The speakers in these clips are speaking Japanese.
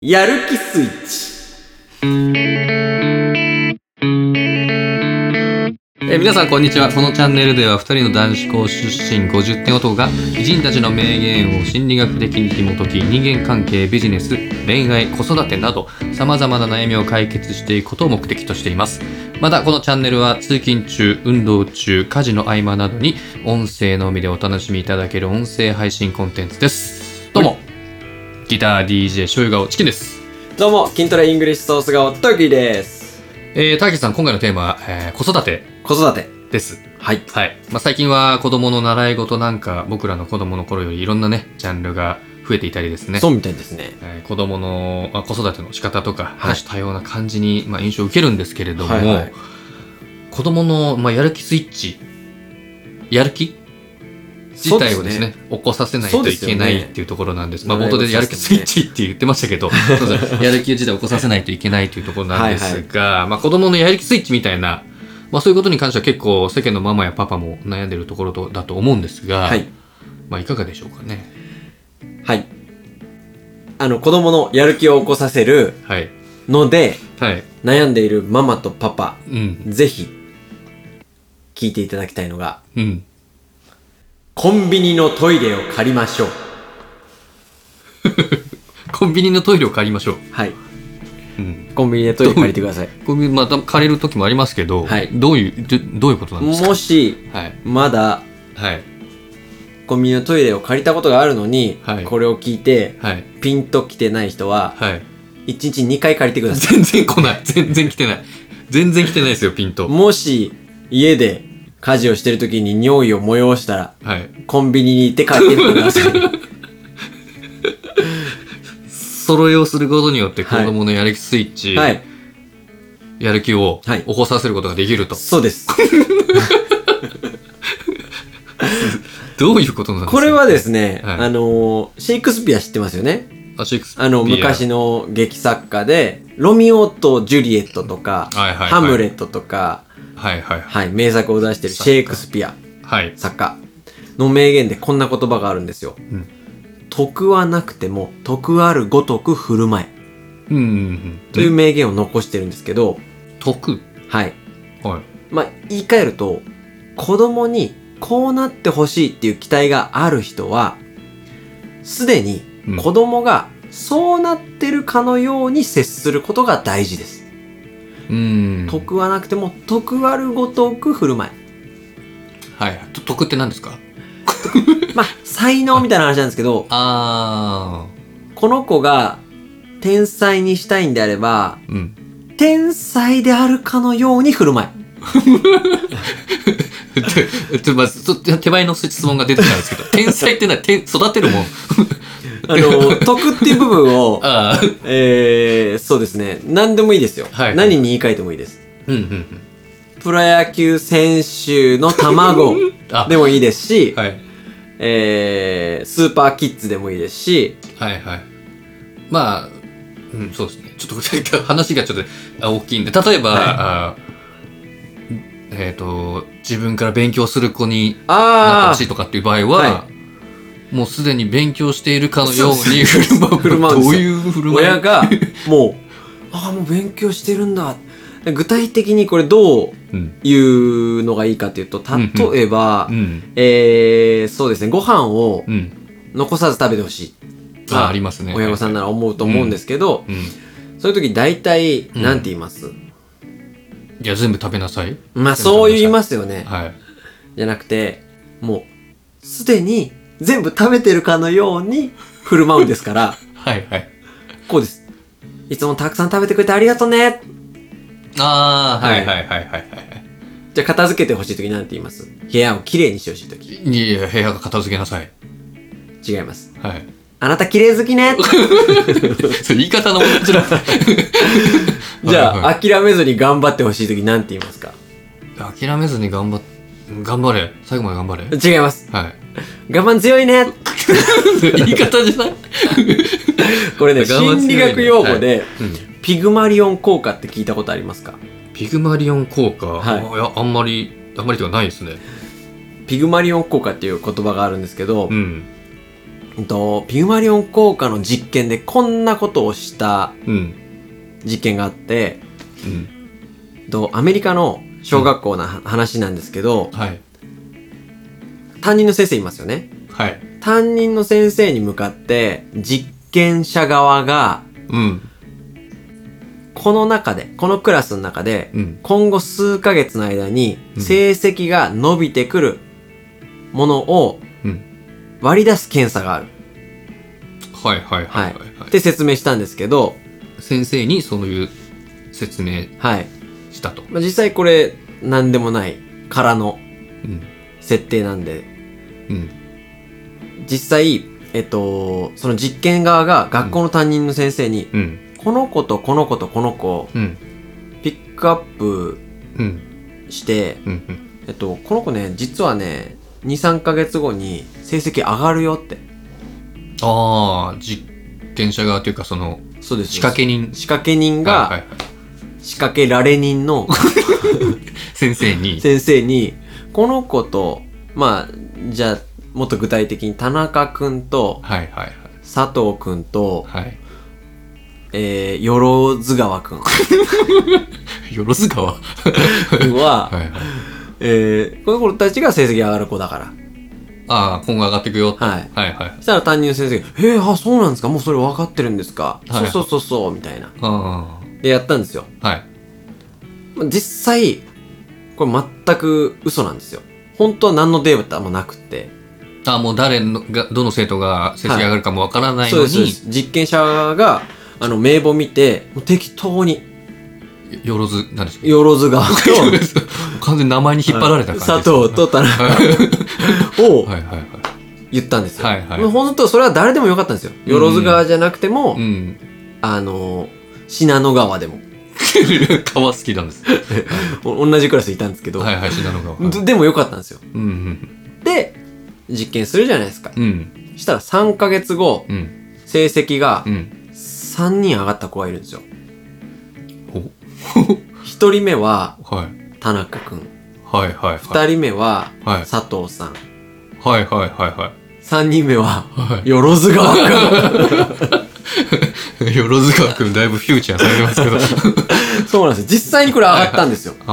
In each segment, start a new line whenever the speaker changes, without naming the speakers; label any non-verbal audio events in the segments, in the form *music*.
やる気スイッ
えー皆さんこんにちはこのチャンネルでは2人の男子校出身50点男が偉人たちの名言を心理学的に紐解き人間関係ビジネス恋愛子育てなど様々な悩みを解決していくことを目的としていますまたこのチャンネルは通勤中運動中家事の合間などに音声のみでお楽しみいただける音声配信コンテンツですどうもギター DJ しょうゆがおチキンです
チどうも筋トレイングリッシュソース顔トキです
えー、たけしさん今回のテーマは、えー子育て
子育て
です
はい
はい。まあ、最近は子供の習い事なんか、僕らの子供の頃よりいろんなね、ジャンルが増えていたりですね。
そうみたいですね
えー子供の、まあ、子育ての仕方とか、
はい
多種多様な感じに、まあ、印象を受けるんですけれども、
はいはい
子供の、まあ、やる気スイッチ、やる気自体をですね起こさせない
そう
と
で
い
すよね
けないっていうところなんです。まあ、
習い
冒
事
頭でやる気スイッチって言ってましたけ *laughs* ど、そうそうやる気自体を起こさせないといけないっていうところなんですが、まあ、子供のやる気スイッチみたいな、まあ、そういうことに関しては結構世間のママやパパも悩んでるところとだと思うんですが、
はい
まあ、いかがでしょうかね。
はいあの子供のやる気を起こさせる
はい。
ので
はい。
悩んでいるママとパパ
うん。
ぜひ聞いていただきたいのが
うん。
コンビニのトイレを借りましょう
コンビニのトイレを借りましょう。
はい
うん。
コンビニでトイレ借りてください
コンビニ、また借りる時もありますけど、
はい
どういう、どどういうことなんですか
もし
はい。
まだ
はい。
コンビニのトイレを借りたことがあるのに、
はい
これを聞いて
はい。
ピンときてない人は
はい。
1日2回借りてください
*laughs* 全然来ない。全然来てない。全然来てないですよ、ピンと。
もし、家で家事をしてる時に尿意を催したら、
はい。
コンビニに行って帰ってきてください。
揃えをすることによって子
はい
供のやる気スイッ *laughs* チ、
はい。
やる気を
はい
起こさせることができると。
そうです。
どういうことなんですか
これはですね、
はい
あのーシェイクスピア知ってますよね
あシェイクスピア
あの、昔の劇作家で、ロミオとジュリエットとか、
はいはいはい
ハムレットとか、
はいはいはい。
はい、名作を出してるシェイクスピア
はい。
作家の名言でこんな言葉があるんですよ。
うん
徳はなくても、徳あるごとく振る舞え。
うんうんうん。
という名言を残してるんですけど、
得
はい。
はい。
まあ、言い換えると、子供にこうなってほしいっていう期待がある人は、すでに
うん
子供がそうなってるかのように接することが大事です。
うん。
得はなくても、得あるごとく振る舞い。
はいはい。と得って何ですか
まあ、才能みたいな話なんですけど、
あ
この子が天才にしたいんであれば、
ー。うん。
天才であるかのように振る舞い。
ちょちょまずそ手前の質問が出てたんですけど、天才ってのは天育てる *laughs* もん。
あ
*laughs*
の、得っていう部分を、
ああ。
えー、そうですね。何でもいいですよ。
はい
何に言い換えてもいいです。
うんうんうん。
プロ野球選手の
*laughs*
卵
あ、
でもいいですし、
はい。
えー、スーパーキッズでもいいですし、
はいはい。まあ、うん、そうですね。ちょっと *laughs* 話がちょっとあ大きいんで、例えば、
はい
あえっ、と、自分から勉強する子になって
あ
ほしいとかっていう場合は、
は
もうすでに勉強しているかのよう
そう
に振る *laughs* 舞う。
振る舞うんですよ
どういう振
ー、
る舞い
親
*laughs*
が、もう、ああ、もう勉強してるんだ。具体的にこれどう
うん。
いうのがいいかというと、例えば、
うん。
えー、そうですね、ご飯を
うん。
残さず食べてほしい。
あ、ありますね。
親御さんなら思うと思うんですけど、
うん。い
そういう時大体、
うん
なんて言います、
や、全部食べなさい。
まあ、そう言いますよね。
はい。
じゃなくて、もう、すでに全部食べてるかのように振る舞うんですから、 *laughs*
はいはい。
こうです。いつもたくさん食べてくれてありがとうね。
ああ、
は
はいいはいはいはいはい。
じゃあ片付けてほしいときなんて言います部屋をきれいにしてほしいとき。
いや、部屋が片付けなさい。
違います。
はい。
あなた綺麗好き
*laughs*
ね。
それ言い方の問題じ *laughs* ゃなくて
じゃあ、
はいは
諦めずに頑張ってほしいときなんて言いますか
諦めずに頑張っ頑張れ最後まで頑張れ
違います。
はい
我慢強いね。
*laughs* 言い方じゃない、
これね、
*laughs* 我慢強いね
心理学用語で、
うん、
ピグマリオン効果って聞いたことありますか
ピグマリオン効果、
はい
あいやあんまりあんまりとかないですね
ピグマリオン効果っていう言葉があるんですけど、
うん
うんと、ピグマリオン効果の実験でこんなことをした
うん。
実験があって、
うん。
うんと、アメリカの小学校のは話なんですけど、
はい。
担任の先生いますよね。
はい。
担任の先生に向かって、実験者側が、
うん。
この中で、このクラスの中で、
うん。
今後数ヶ月の間に
うん
成績が伸びてくるものを
うん。
割り出す検査がある
はいはいはいはい、は
って説明したんですけど、
い。先生にそういう説明
はい。
したと。
まあ、実際これ何でもない空の
うん。
設定なんで、
うん。
実際、えっと、その実験側が学校の担任の先生に、
うん。
この子とこの子とこの子を
うん。
ピックアップ
うん。
して、
うん。うん。
えっと、この子ね、実はね、2、3ヶ月後に成績上がるよって。
ああ、実験者側というかその
そうで
仕掛け人
仕掛け人が、
が、はいはいは
仕掛けられ人の *laughs*
い、先生に。
先生に、この子と、まあ、じゃあ、もっと具体的に田中くんと
はいはいはい。
佐藤くんと、
はい。
えー、よろず川くん
よろずかは。
*laughs* は、
はいはい。
えー、この子たちが成績上がる子だから。
ああ、今後上がっていくよ。
はい。
はいはい。
そしたら担任の先生が、えー、あ、そうなんですかもうそれ分かってるんですか、
はい
そうそうそうそう、みたいな。
あ
で、やったんですよ。
あ、はい。
まあ実際、これ全く嘘なんですよ。本当は何のデータもなくって。
ああ、もう誰のが、どの生徒が成績上がるかもわからない
そう
の
ですそうで
に、
す。実験者が、あの、名簿見て、もう適当に、
よろず、なんですか
よろず川と、
*laughs* 完全に名前に引っ張られた感じです、
佐藤と田中 *laughs* を
はいはいはい。
言ったんですよ。
はいはい
もう本当それは誰でもよかったんですよ。よろず川じゃなくても、
うん。 *laughs*
あの、信濃川でも。
川好きなんです。
お同じクラスいたんですけど、
はいはい、信濃川。
ででもよかったんですよ。
うん
で、実験するじゃないですか。
うん。うん。
したら3ヶ月後、
うん。
成績が
うん。
3人上がった子がいるんですよ。
お
1人目は
はい。
田中くん。
はいはいはい。
2人目は
はい
佐藤さん。
はいはいは
3人目は、
いはい。は *laughs*
よろず川く
い。よろずかくん、だいぶフューチャーされてますけど。 *laughs*
ん。そうなんですよ。実際にこれ上がったんですよ。
あ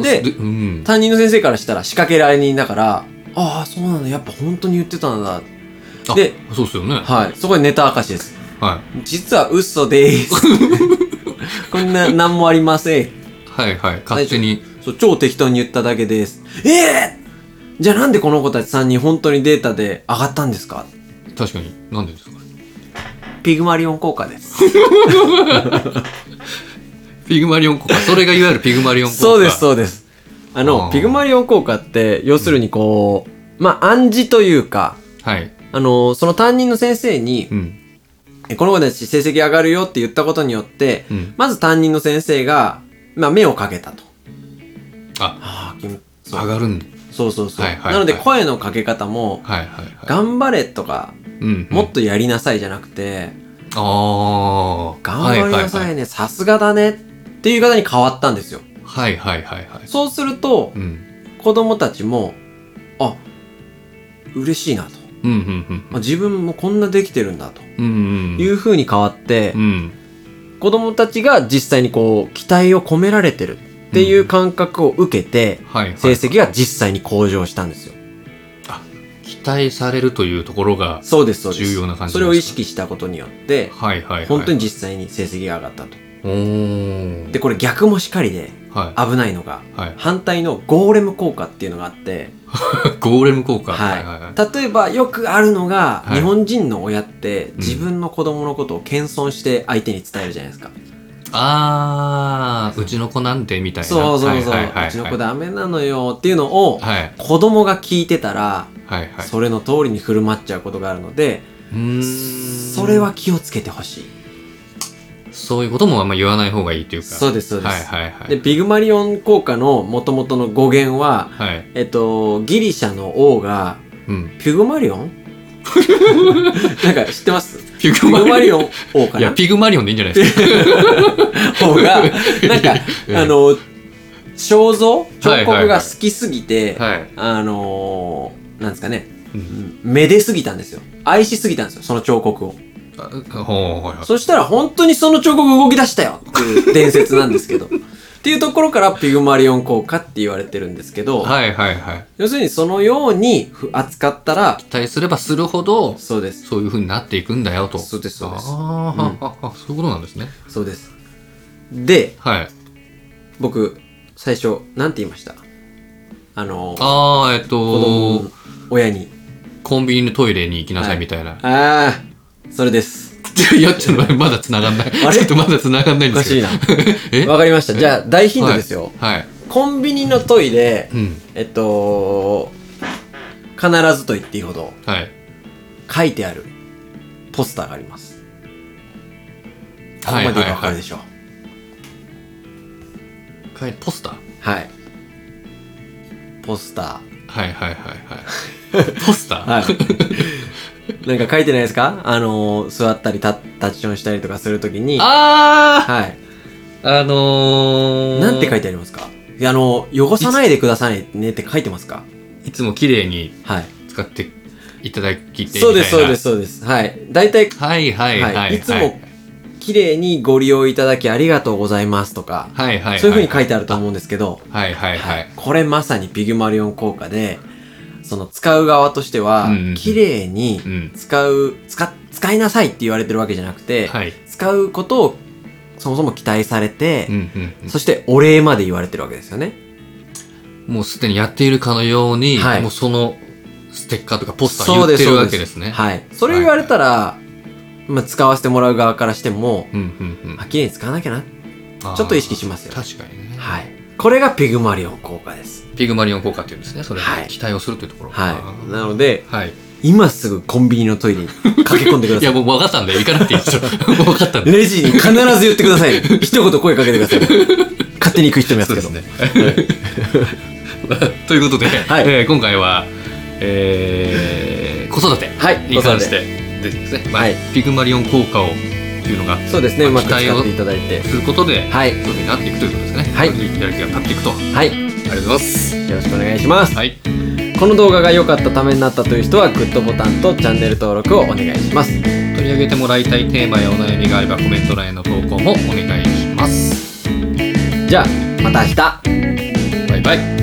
ー。
で
うん。
担任の先生からしたら仕掛けられ人だから、ああ、そうなんだ。やっぱ本当に言ってたんだ。
あ
で、
そうっすよね。は
はい。そこでネタ明かしです。
い。
実は嘘でー
*laughs*
す。こんな、なんもありません。
はいはい。勝手に。
そう、超適当に言っただけです。ええじゃあなんでこの子たち3人本当にデータで上がったんですか
確かに。なんでですか
ピグマリオン効果です。
ピグマリオン効果。それがいわゆるピグマリオン効果。
*laughs* そうです、。そうです。あの、
あー
ピグマリオン効果って、要するにこう、まあ、暗示というか、
はい。
あの、その担任の先生に
う、ん。
えこの子たち成績上がるよって言ったことによって、
うん。
まず担任の先生が、まあ、目をかけたと。
あ、
ああ、君、そ
上
う
がるんだ。
そうそうそう、
はいはいはい
なので声のかけ方も、
はいはいは
頑張れとか、
い。うん。
もっとやりなさいじゃなくて、
ああ。
頑張りなさ
はい
いね、さすがだねっていう方に変わったんですよ。
はいはいはいはい。
そうすると
う、ん。
子供たちも、あ、嬉しいなと。
うんうん
あ自分もこんなできてるんだと
うん。うんうん。
いう風に変わって
う、ん。
子供たちが実際にこう、期待を込められてるっていう感覚を受けて、
はいはい。
成績が実際に向上したんですよ。
期待されるというところが、
そうです、そうです。
重要な感じ
そ
なん
れ
ですか
を意識したことによって、
はいはいはい。
本当に。実際に成績が上がったと。
おー。
で、これ逆もしかりで
は
危ないのが、
い。はい。
反対のゴーレム効果っていうのがあって、
ゴーレム効果。はいはいはい。
はい。例えばよくあるのが、
はい
日本人の親って
ん
自分の子供のことを謙遜して相手に伝えるじゃないですか。
あー、うちの子なんてみたいな。
そうそうそう、
はいはいはいはいう
ちの子ダメなのよっていうのを、
はい
子供が聞いてたら、
はいはい。
それの通りに振る舞っちゃうことがあるので、
うーん
それは。気をつけてほしい。
そういうこともあんま言わない方がいいというか。
そうです、そうです。
はいはいはい。
で、ビグマリオン効果の元々の語源は、
はい。
えっと、ギリシャの王が、
うん。
ピグマリオン *laughs* なんか知ってます
ピグ
ピグマリ
ン。
オン王かな
いや、ピグマリオンでいいんじゃないですか。
方が、
*laughs*
なんか、
うん
あの、肖像彫
はいはいはい
刻が好きすぎて、 *laughs*
はい。
あのー、なんですかね、うんめですぎたんですよ。愛しすぎたんですよ、その彫刻を。
あほうはいはい
そしたら本当にその彫刻動き出したよっていう伝説なんですけど。 *laughs* っていうところからピグマリオン効果って言われてるんですけど、
はいはいはい
要するにそのようにふ扱ったら、
期待すればするほど
そうです。
そういう風になっていくんだよと
そうですそうです
あーはははそういうことなんですね
そうです。で、
はい
僕、最初、なんて言いましたあの、
ああえ
子
っ
供
と
の親に。
コンビニのトイレに行きなさいみたいな、
ああ、それです。
い、やちょっとまだ繋がんない
あれ
ちょっとまだ繋がんないん
お
で
か
す
し
け
い *laughs*
ど
な。
え
わかりました。じゃあ、大ヒントですよ。
はい、はい
コンビニのトイレ、
うん
えっと、必ずと言っていいほど
はい
書いてあるポスターがあります。ここまでがわかるでしょう。
はいポスター
はい。ポスタ
はいはいはい
*laughs*
はいポスター
ー。はい。 *laughs* なんか書いてないですかあのー座ったり立っ立ちションしたりとかするときに。は
あ
い。
ーあのー、
なんて書い
て
てありますかいやあの、汚さないでくださいねって書いてますか
いつも綺麗に
はい。
使っていただきて
そうです、そう
みたいな
です、そうです。はい。大体、
はいはいは
は
い
い
はい
いつも綺麗にご利用いただきありがとうございますとか、
はいはい
そういう風に書いてあると
う
思うんですけど、
はいはいは
はい
い、
これまさにピグマリオン効果で、その使う側としては
うんうん、
綺麗に
うん
使う、使、使いなさいって言われてるわけじゃなくて、
はい
使うことをそもそも期待されて
うん、うん
そしてお礼まで言われてるわけですよね。
うんもうすでにやっているかのように、
はい
もうそのステッカーとかポスター言ってるわけですね
はい。それ言われたら、まあ、使わせてもらう側からしても、
うんうんうん
あ、綺麗に使わなきゃな。
あー
ちょっと意識しますよ
確かにね、
はい。これがピグマリオン効果です。
ピグマリオン効果っていうんですねそれ、
はい
期待をするというところあ
はい。
ー
なので、
はい
今すぐコンビニのトイレに駆け込んでくだ
い
さ
や
い。
もう分かったんで行かなくてい
*laughs*
いですよもう分かったんで
レジに必ず言ってください。一言声かけてください。勝手に行く人もやつ
そう
けど。
ですね。という *laughs* ことで、
はい
えー今回は、えー子育て
はい。
に関し
子育
て
て。
ですね、まあ
はい
ピグマリオン効果をっていうのが
そうですね。うま
まあ
く使
期待を
っていただいて。
することで、
はい。
そういうふうになっていくということですね。
はい
そううやる気が立っていくと。あ
はい。
りがとうございます。
よろしくお願いします。
はい。
この動画が良かったためになったという人は、グッドボタンとチャンネル登録をお願いします。
取り上げてもらいたいテーマやお悩みがあればコメント欄への投稿もお願いします。
じゃあ、また明日
バイバイ。